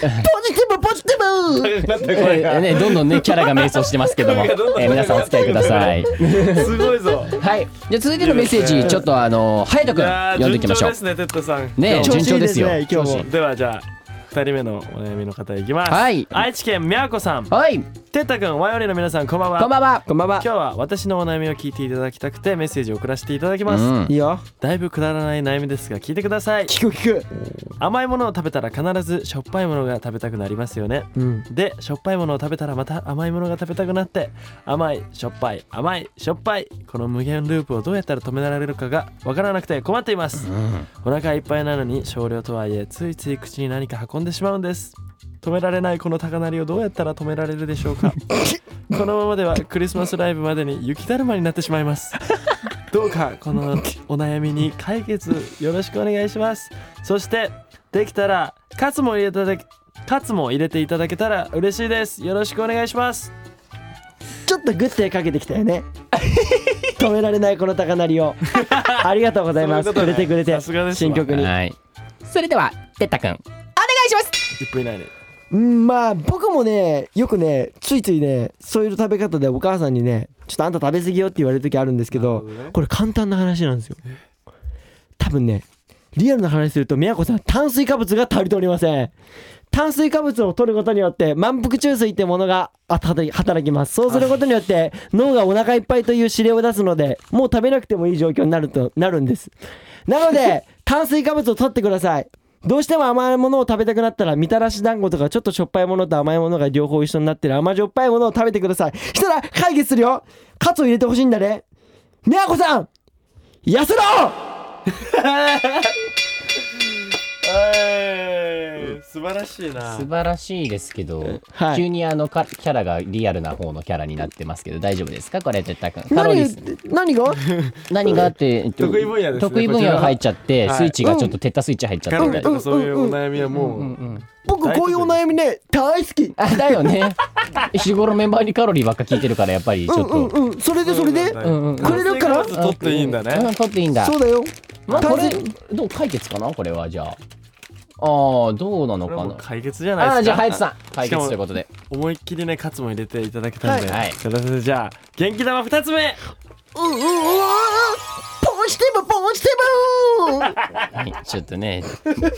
Speaker 3: ポジティブポジティブ
Speaker 1: 高く なった声
Speaker 2: えー
Speaker 1: が
Speaker 2: ね、どんどん ね、キャラが迷走してますけども、え
Speaker 1: どんどん
Speaker 2: ー皆さんお付き合いください。
Speaker 1: すごいぞ
Speaker 2: はい。じゃあ、続いてのメッセージ、ちょっとあの、隼人
Speaker 1: い
Speaker 2: 君、
Speaker 1: や
Speaker 2: 読
Speaker 1: ー
Speaker 2: んでいきま
Speaker 1: 順
Speaker 2: し
Speaker 1: 調
Speaker 2: ょう
Speaker 1: で。すねテッドさん
Speaker 2: ねえ
Speaker 3: 今日
Speaker 2: 順調ですよ。
Speaker 3: 調子いいですね今日も
Speaker 1: ではじゃあ2人目のお悩みの方いきます、
Speaker 2: はい
Speaker 1: 愛知県みやこさん
Speaker 2: はい、
Speaker 1: てったくんワイオリンの皆さんこんばんは
Speaker 2: こんばんは。
Speaker 3: こんばんは
Speaker 1: 今日は私のお悩みを聞いていただきたくてメッセージを送らせていただきます、
Speaker 2: うん
Speaker 3: いいよ
Speaker 1: だいぶくだらない悩みですが聞いてください
Speaker 3: 聞く聞く
Speaker 1: 甘いものを食べたら必ずしょっぱいものが食べたくなりますよね
Speaker 3: うん
Speaker 1: でしょっぱいものを食べたらまた甘いものが食べたくなって甘いしょっぱい甘いしょっぱいこの無限ループをどうやったら止められるかがわからなくて困っています、お腹いっぱいなのに少量とはいえついつい口に何か運んでしまうんです止められないこの高鳴りをどうやったら止められるでしょうかこのままではクリスマスライブまでに雪だるまになってしまいますどうかこのお悩みに解決よろしくお願いしますそしてできたらカツも入れただけカツも入れていただけたら嬉しいですよろしくお願いします
Speaker 3: ちょっとグッてかけてきたよね止められないこの高鳴 りをありがとうございま
Speaker 1: そ
Speaker 3: す
Speaker 1: ういうことね
Speaker 3: くれてくれて
Speaker 1: さすがですわ
Speaker 3: 新曲に
Speaker 2: はい。それでは、てったくん、お願いします。
Speaker 1: 1分以内で
Speaker 3: うんまあ僕もねよくねついついねそういう食べ方でお母さんにねちょっとあんた食べ過ぎよって言われる時あるんですけどこれ簡単な話なんですよ多分ねリアルな話すると宮子さん炭水化物が足りておりません炭水化物を取ることによって満腹中水ってものがあ働き働きますそうすることによって脳がお腹いっぱいという指令を出すのでもう食べなくてもいい状況になるとなるんですなので 炭水化物を取ってくださいどうしても甘いものを食べたくなったらみたらし団子とかちょっとしょっぱいものと甘いものが両方一緒になってる甘じょっぱいものを食べてくださいしたら解決するよカツを入れてほしいんだねみやこさん痩せろ
Speaker 1: 素晴らしいな
Speaker 2: 素晴らしいですけど、
Speaker 3: はい
Speaker 2: 急にあのかキャラがリアルな方のキャラになってますけど大丈夫ですかこれ哲太君カロ
Speaker 3: 何
Speaker 2: リ
Speaker 3: 言っ
Speaker 2: ー
Speaker 3: て何が
Speaker 2: 何があって、えっと
Speaker 4: 得意分野ですね
Speaker 2: 得意分野が入っちゃって、スイッチがちょっと哲太スイッチ入っちゃ
Speaker 4: カ
Speaker 2: って
Speaker 4: ロ
Speaker 2: み
Speaker 4: リー
Speaker 2: たいな
Speaker 4: とかそういうお悩みはもう、
Speaker 3: 僕こういうお悩みね大好き
Speaker 2: あだよね 日頃メンバーにカロリーばっか聞いてるからやっぱりちょっと、
Speaker 3: うんうんうんそれでそれで
Speaker 2: うんうん
Speaker 3: くれるから
Speaker 4: 炭水化物取っていいんだね、
Speaker 2: うん、取っていいんだ。
Speaker 3: そうだよ
Speaker 2: まあ、これ
Speaker 3: 炭水、
Speaker 2: どう解決かなこれは、じゃあ。ああ、どうなの
Speaker 1: これは
Speaker 2: か
Speaker 1: もう
Speaker 2: な
Speaker 1: 解決じゃ
Speaker 2: あ
Speaker 1: な
Speaker 2: あ、
Speaker 1: いで
Speaker 2: じゃあ、
Speaker 1: す
Speaker 2: ハイ
Speaker 1: か
Speaker 2: ツさん、解
Speaker 1: しか
Speaker 2: 決
Speaker 1: も
Speaker 2: ということで。
Speaker 1: 思いっきりねカツも入れていただけたんで、
Speaker 2: はい
Speaker 1: ということでじゃあ元気玉2つ目
Speaker 5: ううううポジティブポジティブ
Speaker 2: はい、ちょっとね、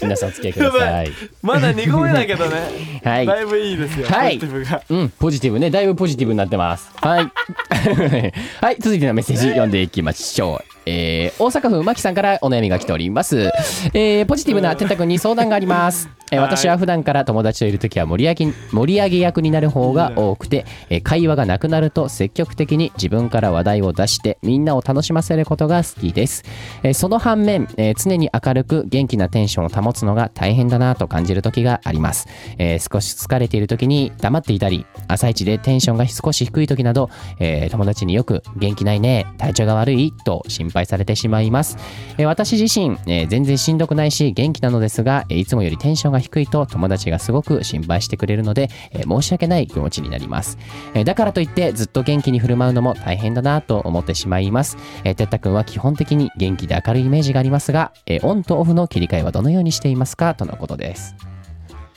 Speaker 2: 皆さんお付き合いください。
Speaker 1: まだ2個目だけどね
Speaker 2: はい。
Speaker 1: だいぶいいですよ、
Speaker 2: はい
Speaker 1: ポジティブが
Speaker 2: うん、ポジティブね。だいぶポジティブになってます。はい。 はい、続いてのメッセージ読んでいきましょう。えー、大阪府まきさんからお悩みが来ております。えー、ポジティブな天太くんに相談があります。えー私は普段から友達といるときは盛り上げ盛り上げ役になる方が多くて、えー会話がなくなると積極的に自分から話題を出してみんなを楽しませることが好きです、えーその反面、えー常に明るく元気なテンションを保つのが大変だなと感じる時があります、えー少し疲れている時に黙っていたり朝一でテンションが少し低い時など、えー友達によく「元気ないね体調が悪い?」と心配されてしまいます、えー私自身、えー全然しんどくないし元気なのですが、えーいつもよりテンションが低いと友達がすごく心配してくれるので、えー申し訳ない気持ちになります、えーだからといってずっと元気に振る舞うのも大変だなと思ってしまいます、えー、てったくんは基本的に元気で明るいイメージがありますが、えーオンとオフの切り替えはどのようにしていますかとのことです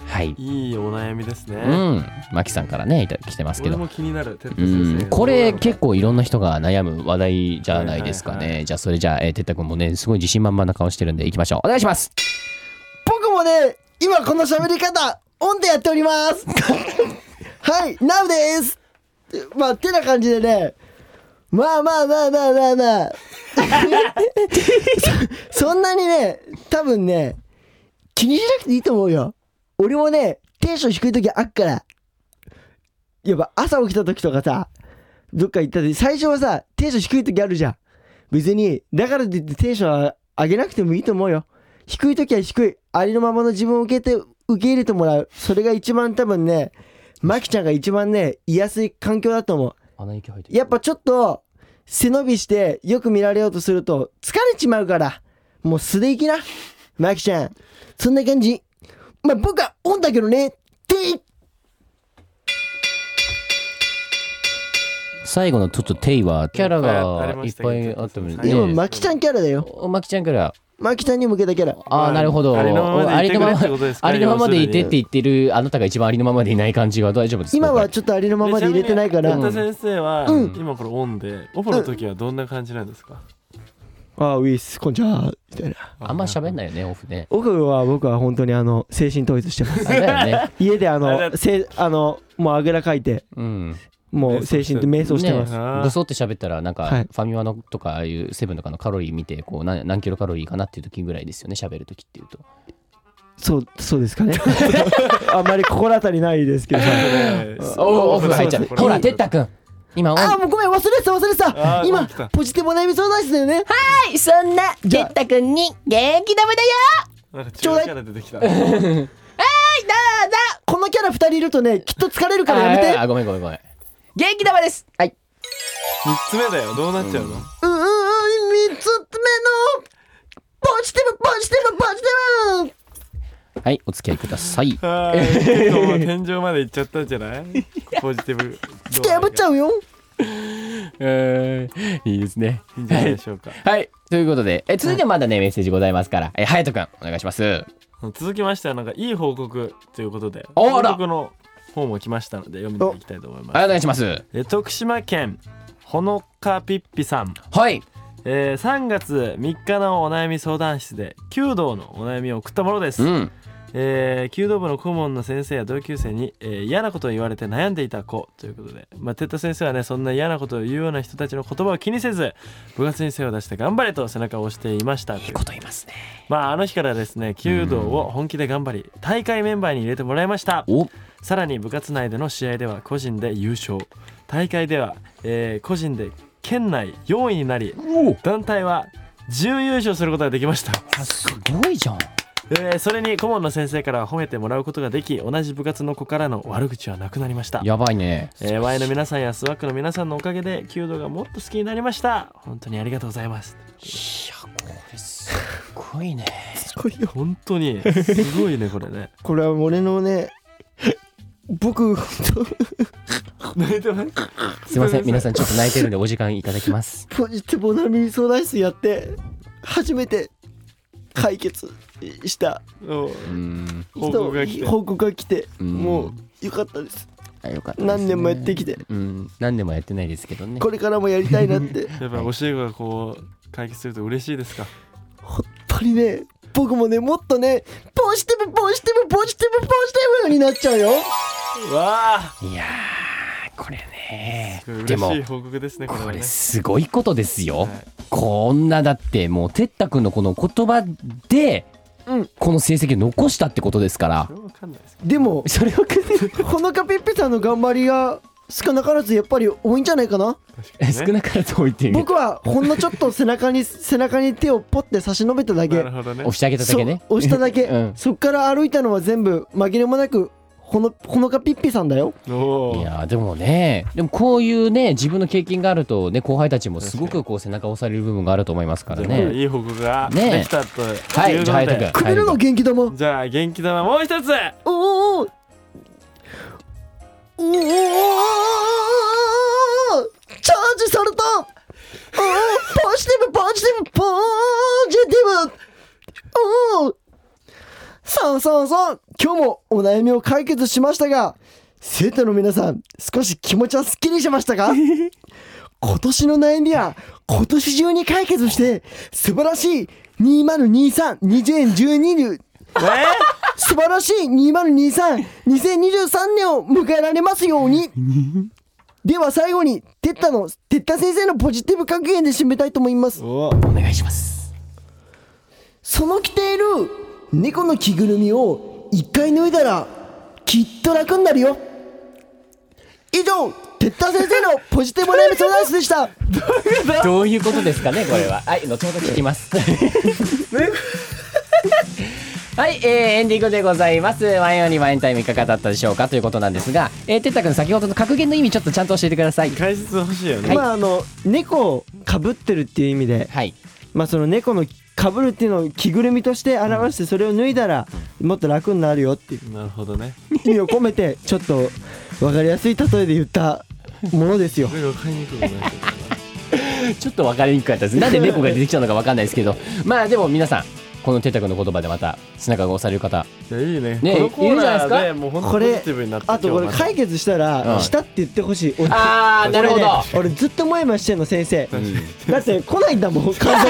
Speaker 2: はい
Speaker 1: いいお悩みですね、
Speaker 2: うんマキさんからねいた来てますけ
Speaker 1: 俺
Speaker 2: ど
Speaker 1: も気になる哲
Speaker 2: う
Speaker 1: 太先生
Speaker 2: んこれ結構いろんな人が悩む話題じゃないですかね、
Speaker 1: はいはい
Speaker 2: じゃあそれじゃあ、えー、てったくんもねすごい自信満々な顔してるんでいきましょうお願いします
Speaker 3: 僕もね今この喋り方オンでやっておりますはいナウですまあってな感じでねまあまあまあまあまあまあそそんなにね多分ね気にしなくていいと思うよ俺もねテンション低い時あっからやっぱ朝起きた時とかさどっか行った時最初はさテンション低い時あるじゃん別にだからといってテンション上げなくてもいいと思うよ低い時は低いありのままの自分を受けて受け入れてもらうそれが一番多分ねマキちゃんが一番ね居やすい環境だと思う
Speaker 2: 穴息入って
Speaker 3: やっぱちょっと背伸びしてよく見られようとすると疲れちまうからもう素でいきなマキちゃんそんな感じまあ僕はオンだけどねって
Speaker 2: 最後のちょっとテイはキャラ
Speaker 1: いっぱいあり
Speaker 2: がい
Speaker 1: ま
Speaker 2: っ
Speaker 1: したけど
Speaker 2: ぱいあっても
Speaker 1: い
Speaker 3: でも
Speaker 1: や
Speaker 2: ね
Speaker 3: マキちゃんキャラだよ
Speaker 2: おマキちゃんから
Speaker 3: マキちゃんに向けたキャラ
Speaker 2: ああなるほど
Speaker 1: ありのままでいてくれってことですか
Speaker 2: ありのままでいてっ
Speaker 1: 要
Speaker 2: て
Speaker 1: するに
Speaker 2: 言ってるあなたが一番ありのままでいない感じは大丈夫ですか
Speaker 3: 今は
Speaker 2: こ
Speaker 3: ちょっとありのままで入れてないから、
Speaker 1: ちなみに哲太先生は、
Speaker 3: うん
Speaker 1: 今これオンでオフの時はどんな感じなんですか、
Speaker 3: ああウィスこんにちはみたいな
Speaker 2: れあんま喋んないよねオフね
Speaker 3: 奥は僕は本当にあの精神統一してます
Speaker 2: あれだよね
Speaker 3: 家であ
Speaker 1: あれ
Speaker 3: のせあのもうあぐらかいて
Speaker 2: うん
Speaker 3: もう精神と瞑想してます、
Speaker 1: ね
Speaker 2: ぐそって喋ったらなんか
Speaker 3: はい
Speaker 2: ファミマのとかああいうセブンとかのカロリー見てこう何何キロカロリーかなっていう時ぐらいですよね喋る時っていうと
Speaker 3: そうそうですか ねあんまり心当たりないですけど
Speaker 1: えー
Speaker 2: おオフ入っちゃう
Speaker 1: これ
Speaker 2: ほらてったくん今オン
Speaker 3: ああもうごめん忘れてた忘れて
Speaker 1: あ
Speaker 3: た
Speaker 1: ー
Speaker 3: 今
Speaker 1: 来た
Speaker 3: ポジティブお悩み相談室だよね
Speaker 6: はい、そんな、
Speaker 3: じ
Speaker 6: て
Speaker 3: ゃあ
Speaker 6: ったくんに元気玉だよ
Speaker 1: なんか中キャラ出てきたね
Speaker 3: このキャラ2人いると ねきっと疲れるからやめて
Speaker 2: あーごめんごめんごめん
Speaker 6: 元気玉ですはい。
Speaker 1: 三つ目だよどうなっちゃうの、
Speaker 3: うんうんうん3つ目のポジティブポジティブポジティブ
Speaker 2: はいお付き合いください
Speaker 1: はーい今日も天井まで行っちゃったんじゃないポジティブ
Speaker 3: 突き破っちゃうよ
Speaker 2: えーいいですね
Speaker 1: いいんじゃないでしょうか
Speaker 2: はい。ということで、え続いてはまだね、メッセージございますから、え、はやとくん、お願いします。
Speaker 1: 続きましてはなんかいい報告ということで
Speaker 2: あら
Speaker 1: 報告の方も来ましたので読んでいきたいと思います
Speaker 2: はいお願いします。
Speaker 1: えー徳島県ほのかぴっぴさん、
Speaker 2: はい
Speaker 1: えー3月3日のお悩み相談室で弓道のお悩みを送ったものです、
Speaker 2: うん
Speaker 1: えー弓道部の顧問の先生や同級生に、えー嫌なことを言われて悩んでいた子ということで、まあ、哲太先生はねそんな嫌なことを言うような人たちの言葉を気にせず部活に精を出して頑張れと背中を押していましたという
Speaker 2: いいこと言いますね
Speaker 1: まああの日からですね弓道を本気で頑張り大会メンバーに入れてもらいました
Speaker 2: お
Speaker 1: さらに部活内での試合では個人で優勝大会では、えー個人で県内4位になり団体は準優勝することができました
Speaker 2: すごいじゃん
Speaker 1: えーそれに顧問の先生から褒めてもらうことができ同じ部活の子からの悪口はなくなりました、
Speaker 2: やばいね
Speaker 1: えー、Y の皆さんやスワックの皆さんのおかげで弓道がもっと好きになりました本当にありがとうございます
Speaker 2: すごいね
Speaker 1: 本当にすごいねこれ ね
Speaker 3: これは俺のね僕
Speaker 1: 泣いてます
Speaker 2: すいません皆さんちょっと泣いてるんでお時間いただきます
Speaker 3: ポジティブなミ相談室やって初めて解決した
Speaker 1: おう
Speaker 2: うん
Speaker 1: 報告が来て
Speaker 3: 人報告が来て
Speaker 2: うん
Speaker 3: もうよかったです
Speaker 2: あよかったですね
Speaker 3: 何年もやってきて
Speaker 2: うん何年もやってないですけどね
Speaker 3: これからもやりたいなって
Speaker 1: やっぱ教え子がこう解決すると嬉しいですか
Speaker 3: 本当にね僕もねもっとねポジティブポジティブポジティブポジティブになっちゃうよ
Speaker 1: わあ
Speaker 2: いやーこれね
Speaker 1: すごい
Speaker 2: で
Speaker 1: 嬉
Speaker 2: も
Speaker 1: しい報告ですねこれ
Speaker 2: こ
Speaker 1: はね
Speaker 2: れすごいことですよ、
Speaker 1: はい
Speaker 2: こんなだってもう哲太くんのこの言葉で、
Speaker 3: うん
Speaker 2: この成績を残したってことですから
Speaker 1: これわかんないですけ
Speaker 3: でも
Speaker 2: それを
Speaker 3: ほのかぺっぺさんの頑張りが少なからずやっぱり多いんじゃないかな
Speaker 1: ど確かに、ね、
Speaker 2: 少なからず置いてる
Speaker 3: 僕はほんのちょっと背中に背中に手をポッて差し伸べただけ
Speaker 1: なるほどね
Speaker 2: 押してあげただけね
Speaker 3: そう押しただけ、
Speaker 2: うん
Speaker 3: そっから歩いたのは全部紛れもなくほのほのかぴっぴさんだよ
Speaker 1: お
Speaker 2: い
Speaker 1: ー
Speaker 2: やーでもねでもこういうね自分の経験があるとね後輩たちもすごくこう背中を押される部分があると思いますか
Speaker 1: じ
Speaker 2: ら
Speaker 1: ゃあ
Speaker 2: ね
Speaker 1: いい報告が
Speaker 2: ねえ
Speaker 1: できたということで、
Speaker 2: はいじゃあ隼人
Speaker 3: く
Speaker 2: 君
Speaker 3: びれの
Speaker 2: 隼人
Speaker 3: 元気玉おー
Speaker 1: じゃあ元気玉もう一つ
Speaker 3: おーおーおーおーおーおーおーおーチャージされたおーポジティブポジティブポジティブおーさんさんさん今日もお悩みを解決しましたが生徒の皆さん少し気持ちはすっきりしましたか今年の悩みは今年中に解決して素晴らしい20232012素晴らしい20232023年を迎えられますようにでは最後にテッタのテッタ先生のポジティブ格言で締めたいと思います
Speaker 2: お願いします
Speaker 3: その着ている猫の着ぐるみを一回脱いだらきっと楽になるよ以上テッタ先生のポジティブライブ相談室で した
Speaker 2: どういうことですかねこれははい後ほど聞きますはい、えーエンディングでございますワインオンリーワインタイムいかがだったでしょうかということなんですが、えー、てったくん先ほどの格言の意味ちょっとちゃんと教えてください
Speaker 1: 解説欲しいよね、
Speaker 2: はい
Speaker 3: まああの猫をかぶってるっていう意味で
Speaker 2: はい
Speaker 3: まあその猫のかぶるっていうのを着ぐるみとして表してそれを脱いだらもっと楽になるよっていう
Speaker 1: なるほどね
Speaker 3: 意味を込めてちょっと分かりやすい例えで言ったものですよ
Speaker 1: これわかりにくくないけどな
Speaker 2: ちょっと分かりにくかったですなんで猫が出てきたのか分かんないですけどまあでも皆さんこのてったくんの言葉でまた背中が押される方
Speaker 1: いやいいね
Speaker 2: ね
Speaker 1: このコーナー
Speaker 2: い
Speaker 1: で
Speaker 2: る
Speaker 1: もう本当
Speaker 3: こ
Speaker 1: ポジ
Speaker 3: れ
Speaker 1: ティブになって
Speaker 3: あとこれ
Speaker 1: 今日また
Speaker 3: 解決したら
Speaker 2: うん
Speaker 3: したって言ってほしい俺
Speaker 2: ああなるほど、
Speaker 3: 俺ね俺ずっともやもやしてんの先生
Speaker 2: うん
Speaker 3: だって来ないんだもん感情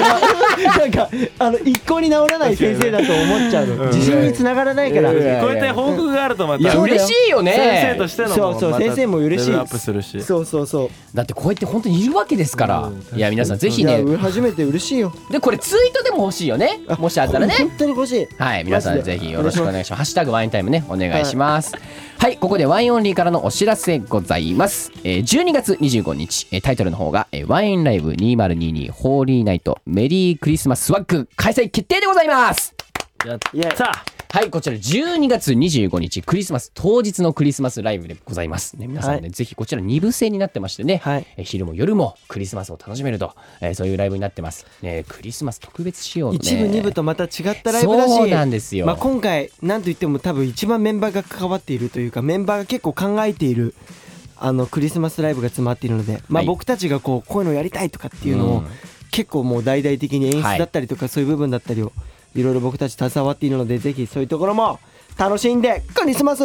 Speaker 3: がなんかあの一向に治らない先生だと思っちゃうの
Speaker 1: うん
Speaker 3: 自信につながらないから
Speaker 2: うん
Speaker 1: こうやって報告があるとま
Speaker 2: い
Speaker 1: た
Speaker 2: や
Speaker 3: そうだよ
Speaker 2: 嬉しいよね
Speaker 1: 先生としての
Speaker 3: そうそう
Speaker 1: また
Speaker 3: 先生も嬉しい
Speaker 1: レベルアップするし
Speaker 3: そうそうそう
Speaker 2: だってこうやって本当にいるわけですから、
Speaker 1: うん
Speaker 2: いや皆さんぜ
Speaker 3: い
Speaker 2: ひ
Speaker 3: や
Speaker 2: ね
Speaker 3: 初めて嬉しいよ
Speaker 2: でこれツイートでも欲しいよねもしあったらね
Speaker 3: 本当に欲しい
Speaker 2: はい皆さ
Speaker 3: マ
Speaker 2: ん
Speaker 3: ジ
Speaker 2: ぜ
Speaker 3: で
Speaker 2: ひよろしくお願いします「ハッシュタグワインタイムね」お願いしますはい、ここでワインオンリーからのお知らせございます、えー12月25日、えータイトルの方が、えーワインライブ2022ホーリーナイトメリークリスマスワッグ開催決定でございます
Speaker 1: やっ
Speaker 3: いや
Speaker 1: た
Speaker 2: はい、こちら12月25日、クリスマス当日のクリスマスライブでございます。ね、皆さんね、
Speaker 3: は
Speaker 2: ぜひこちら2部制になってましてね、
Speaker 3: はい
Speaker 2: えー昼も夜もクリスマスを楽しめると、えーそういうライブになってます。ね、クリスマス特別仕様のね。
Speaker 3: 一部二部とまた違ったライブだし
Speaker 2: そうなんですよ
Speaker 3: まあ、今回なんといっても多分一番メンバーが関わっているというかメンバーが結構考えているあのクリスマスライブが詰まっているので、ま
Speaker 2: は
Speaker 3: あ、
Speaker 2: い
Speaker 3: 僕たちがこうこういうのやりたいとかっていうのを
Speaker 2: うん
Speaker 3: 結構もう大々的に演出だったりとかそういう部分だったりをいろいろ僕たち携わっているのでぜひそういうところも楽しんでクリスマス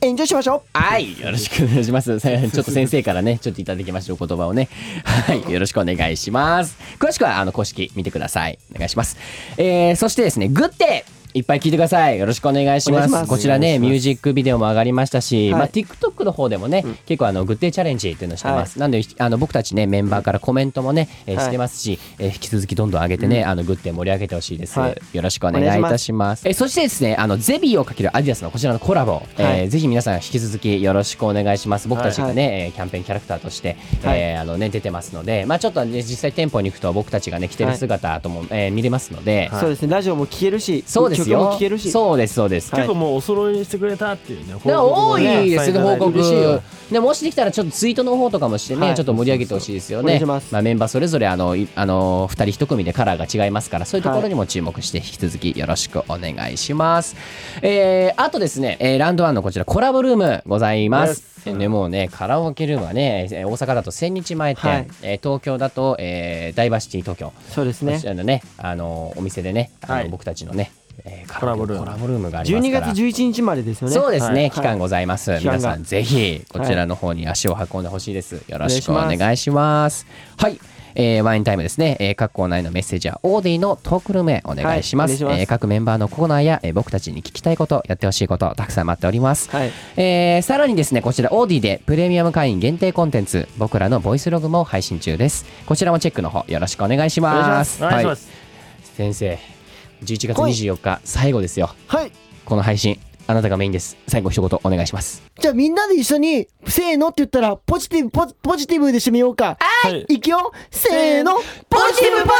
Speaker 3: エンジョイしましょう
Speaker 2: はい、よろしくお願いし ます。さちょっと先生からね、ちょっといただきましょう、言葉をね。はい、よろしくお願いします。詳しくは、あの、公式見てください。お願いします。えー、そしてですね、グッデーいっぱい聞いてください。よろしくお願いします。
Speaker 3: お願いします
Speaker 2: こちらね、ミュージックビデオも上がりましたし、
Speaker 3: はい
Speaker 2: まあ、TikTok の方でもね、結構あの、グッデーチャレンジっていうのをしてます。なんで、あの、僕たちね、メンバーからコメントもね、えー
Speaker 3: はい
Speaker 2: してますし、えー引き続きどんどん上げてね、あの、グッデー盛り上げてほしいです。
Speaker 3: はい
Speaker 2: よろしくお願いいたします。します。えそしてですね、あのゼビーをかけるアディダスのこちらのコラボ、えーぜひ皆さん引き続きよろしくお願いします。僕たちがね、えーキャンペーンキャラクターとして、
Speaker 3: はい
Speaker 2: えーあのね出てますので、まあちょっとね実際店舗に行くと僕たちがね着てる姿とも、えー見れますので、
Speaker 3: そうですねラジオも聴けるし
Speaker 2: そうです
Speaker 3: 曲も
Speaker 2: よ
Speaker 3: 聴ける。し
Speaker 2: そうですそうです。
Speaker 1: 結構もうお揃いにしてくれたっていうね報
Speaker 2: だから
Speaker 1: 告
Speaker 2: 多
Speaker 1: も
Speaker 2: い
Speaker 1: ね
Speaker 2: ですね、
Speaker 1: たくさん
Speaker 2: 報
Speaker 1: いただいて
Speaker 2: 告
Speaker 1: 嬉しいよ。
Speaker 2: ね、もしできたら、ちょっとツイートの方とかもしてね、
Speaker 3: はい
Speaker 2: ちょっと盛り上げてほしいですよ
Speaker 3: お願
Speaker 2: ね。
Speaker 3: いします
Speaker 2: まあ、メンバーそれぞれ、あの、いあの、二人一組でカラーが違いますから、そういうところにも注目して、引き続きよろしくお願いします。えーあとですね、えーラウンドワンのこちら、コラボルームございます。えーね、もうね、カラオケルームはね、えー大阪だと千日前店、
Speaker 3: はい
Speaker 2: えー東京だと、えーダイバーシティ東京。
Speaker 3: そうですね
Speaker 2: こちらのね、あの、お店でね、あの、
Speaker 1: はい
Speaker 2: 僕たちのね、えー
Speaker 1: コラボルーム
Speaker 2: コラボルームがあります
Speaker 3: 12
Speaker 2: から。
Speaker 3: 月11日までですよね
Speaker 2: そうですね、
Speaker 3: はい
Speaker 2: 期間ございます、
Speaker 3: はい
Speaker 2: 皆さん
Speaker 3: 期間が
Speaker 2: ぜひこちらの方に足を運んでほしいです、よろしくお
Speaker 3: お願いします
Speaker 2: 願いしますはい、えーワインタイムですね、えー各コーナーへのメッセージはオーディのトークルームへお願いします,、
Speaker 3: はいお願いします
Speaker 2: えー各メンバーのコーナーや、えー僕たちに聞きたいことやってほしいことたくさん待っております、
Speaker 3: はい
Speaker 2: えーさらにですねこちらオーディでプレミアム会員限定コンテンツ僕らのボイスログも配信中ですこちらもチェックの方よろしくお願いし
Speaker 1: お願
Speaker 2: ま
Speaker 1: いし
Speaker 2: す
Speaker 1: ますお願いします
Speaker 2: はい、先生11月24日最後ですよ
Speaker 3: はい
Speaker 2: この配信あなたがメインです最後一言お願いします
Speaker 3: じゃあみんなで一緒にせーのって言ったらポジティブポジポジティブでしてみようか
Speaker 1: はい
Speaker 3: いくよせーのポ
Speaker 6: ポジティブポジティブ